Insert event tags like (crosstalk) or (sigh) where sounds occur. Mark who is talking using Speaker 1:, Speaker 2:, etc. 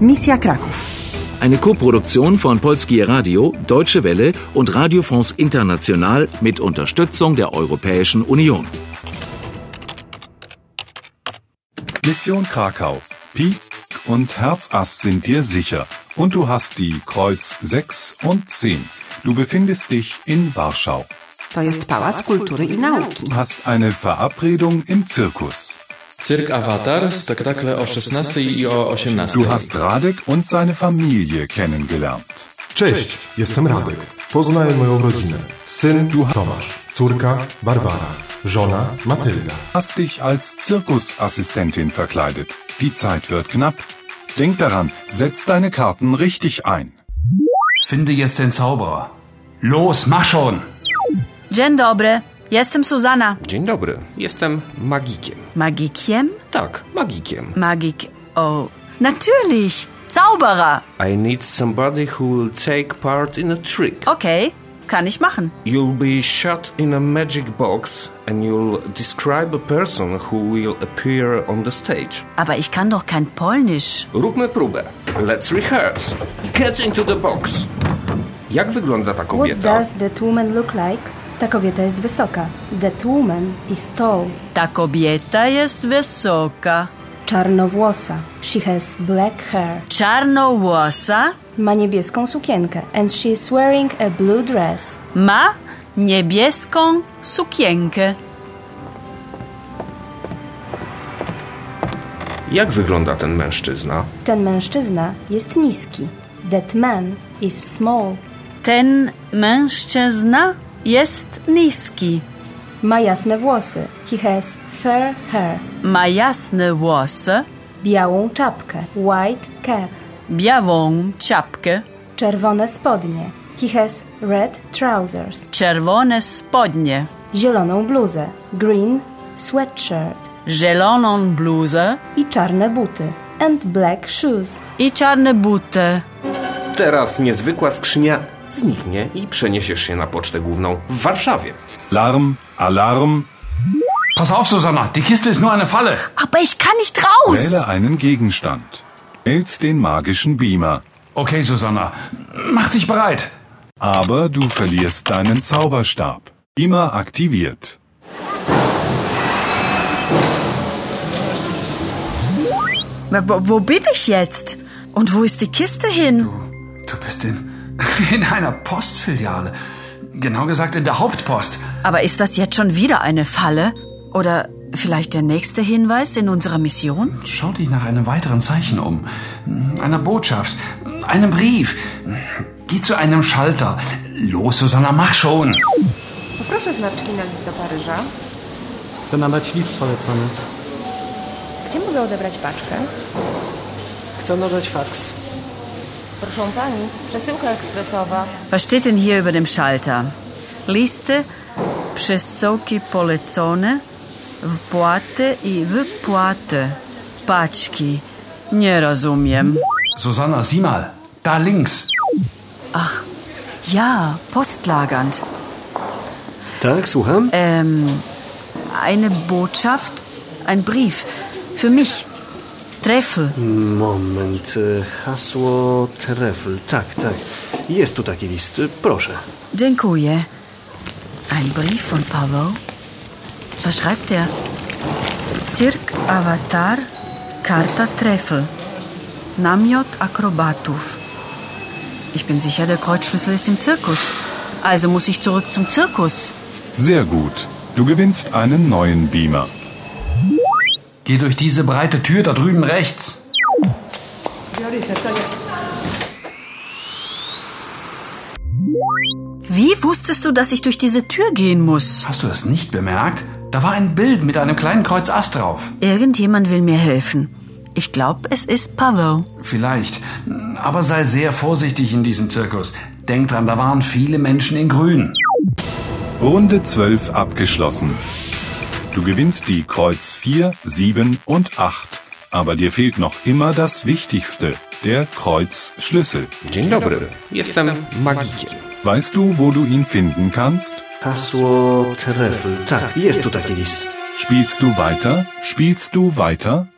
Speaker 1: Misja Kraków.
Speaker 2: Eine Koproduktion von Polskie Radio, Deutsche Welle und Radio France International mit Unterstützung der Europäischen Union.
Speaker 3: Mission Krakau. Pik und Herzass sind dir sicher und du hast die Kreuz 6 und 10. Du befindest dich in Warschau.
Speaker 1: To jest Pałac Kultury i Nauki.
Speaker 3: Du hast eine Verabredung im Zirkus.
Speaker 4: Cyrk Awatar, spektakle o 16 i o 18.
Speaker 3: Du hast Radek und seine Familie kennengelernt.
Speaker 5: Cześć, jestem Radek. Poznaję moją rodzinę. Syn Tomasz, córka Barbara, żona Matylda.
Speaker 3: Hast dich als Zirkusassistentin verkleidet. Die Zeit wird knapp. Denk daran, setz deine Karten richtig ein.
Speaker 6: Finde jetzt den Zauberer. Los, mach schon!
Speaker 7: Dzień dobry, jestem Suzana.
Speaker 8: Dzień dobry, jestem magikiem.
Speaker 7: Magikiem?
Speaker 8: Tak, magikiem.
Speaker 7: Magik. Oh, natürlich. Zauberer.
Speaker 8: I need somebody who will take part in a trick.
Speaker 7: Okay, kann ich machen.
Speaker 8: You'll be shut in a magic box and you'll describe a person who will appear on the stage.
Speaker 7: Aber ich kann doch kein Polnisch.
Speaker 8: Róbmy próbę. Let's rehearse. Get into the box. Jak wygląda ta
Speaker 9: What
Speaker 8: kobieta?
Speaker 9: does that woman look like? Ta kobieta jest wysoka. That woman is tall.
Speaker 7: Ta kobieta jest wysoka.
Speaker 9: Czarnowłosa. She has black hair.
Speaker 7: Czarnowłosa
Speaker 9: Ma niebieską sukienkę. And she is wearing a blue dress.
Speaker 7: ma niebieską sukienkę.
Speaker 8: Jak wygląda ten mężczyzna?
Speaker 9: Ten mężczyzna jest niski. That man is small.
Speaker 7: Ten mężczyzna jest niski.
Speaker 9: Ma jasne włosy. He has fair hair.
Speaker 7: Ma jasne włosy,
Speaker 9: Białą czapkę. White cap.
Speaker 7: białą czapkę,
Speaker 9: Czerwone spodnie. He has red trousers.
Speaker 7: czerwone spodnie,
Speaker 9: Zieloną bluzę. Green sweatshirt.
Speaker 7: zieloną bluzę
Speaker 9: I czarne buty. And black shoes.
Speaker 7: i czarne buty.
Speaker 8: Teraz niezwykła skrzynia zniknie i przeniesiesz się na pocztę główną w Warszawie.
Speaker 3: Alarm, Alarm.
Speaker 6: Pass auf, Susanna, die Kiste ist nur eine Falle.
Speaker 7: Aber ich kann nicht raus.
Speaker 3: Wähle einen Gegenstand. Wählst den magischen Beamer.
Speaker 6: Okay, Susanna, mach dich bereit.
Speaker 3: Aber du verlierst deinen Zauberstab. Beamer aktiviert.
Speaker 7: Wo, wo bin ich jetzt? Und wo ist die Kiste hin?
Speaker 6: Du bist in, (laughs) in einer Postfiliale. Genau gesagt in der Hauptpost.
Speaker 7: Aber ist das jetzt schon wieder eine Falle? Oder vielleicht der nächste Hinweis in unserer Mission?
Speaker 6: Schau dich nach einem weiteren Zeichen um. Einer Botschaft, einem Brief. Geh zu einem Schalter. Los, Susanna, mach schon.
Speaker 10: Poproszę znaczki na list do Paryża.
Speaker 11: Chcę nadać list polecony.
Speaker 10: Gdzie mogę odebrać paczkę?
Speaker 11: Chcę nadać faks.
Speaker 10: Proszę pani, przesyłka ekspresowa.
Speaker 7: Was steht denn hier über dem Schalter? Liste przesyłki polecone, wpłaty i wypłaty. Paczki. Nie rozumiem.
Speaker 6: Susanna, sieh mal. Da links.
Speaker 7: Ja, postlagernd.
Speaker 11: Tak, słucham?
Speaker 7: Ähm, eine Botschaft, ein Brief. Für mich. Treffel.
Speaker 11: Moment, y, hasło trefl. Tak, tak. Jest tu taki list. Y, Proszę.
Speaker 7: Dziękuję. Ein Brief von Paweł. Was schreibt er? Cyrk Avatar, Karta Treffel. Namiot Akrobatów. Ich bin sicher, der Kreuzschlüssel ist im Zirkus. Also muss ich zurück zum Zirkus.
Speaker 3: Sehr gut. Du gewinnst einen neuen Beamer.
Speaker 6: Geh durch diese breite Tür da drüben rechts.
Speaker 7: Wie wusstest du, dass ich durch diese Tür gehen muss?
Speaker 6: Hast du es nicht bemerkt? Da war ein Bild mit einem kleinen Kreuz Ast drauf.
Speaker 7: Irgendjemand will mir helfen. Ich glaube, es ist Paweł.
Speaker 6: Vielleicht. Aber sei sehr vorsichtig in diesem Zirkus. Denk dran, da waren viele Menschen in Grün.
Speaker 3: Runde 12 abgeschlossen. Du gewinnst die Kreuz 4, 7 und 8. Aber dir fehlt noch immer das Wichtigste, der Kreuzschlüssel.
Speaker 8: Dzień dobry, jestem magikiem.
Speaker 3: Weißt du, wo du ihn finden kannst?
Speaker 11: Hasło trefl. Tak, jest tu taki list.
Speaker 3: Spielst du weiter? Spielst du weiter?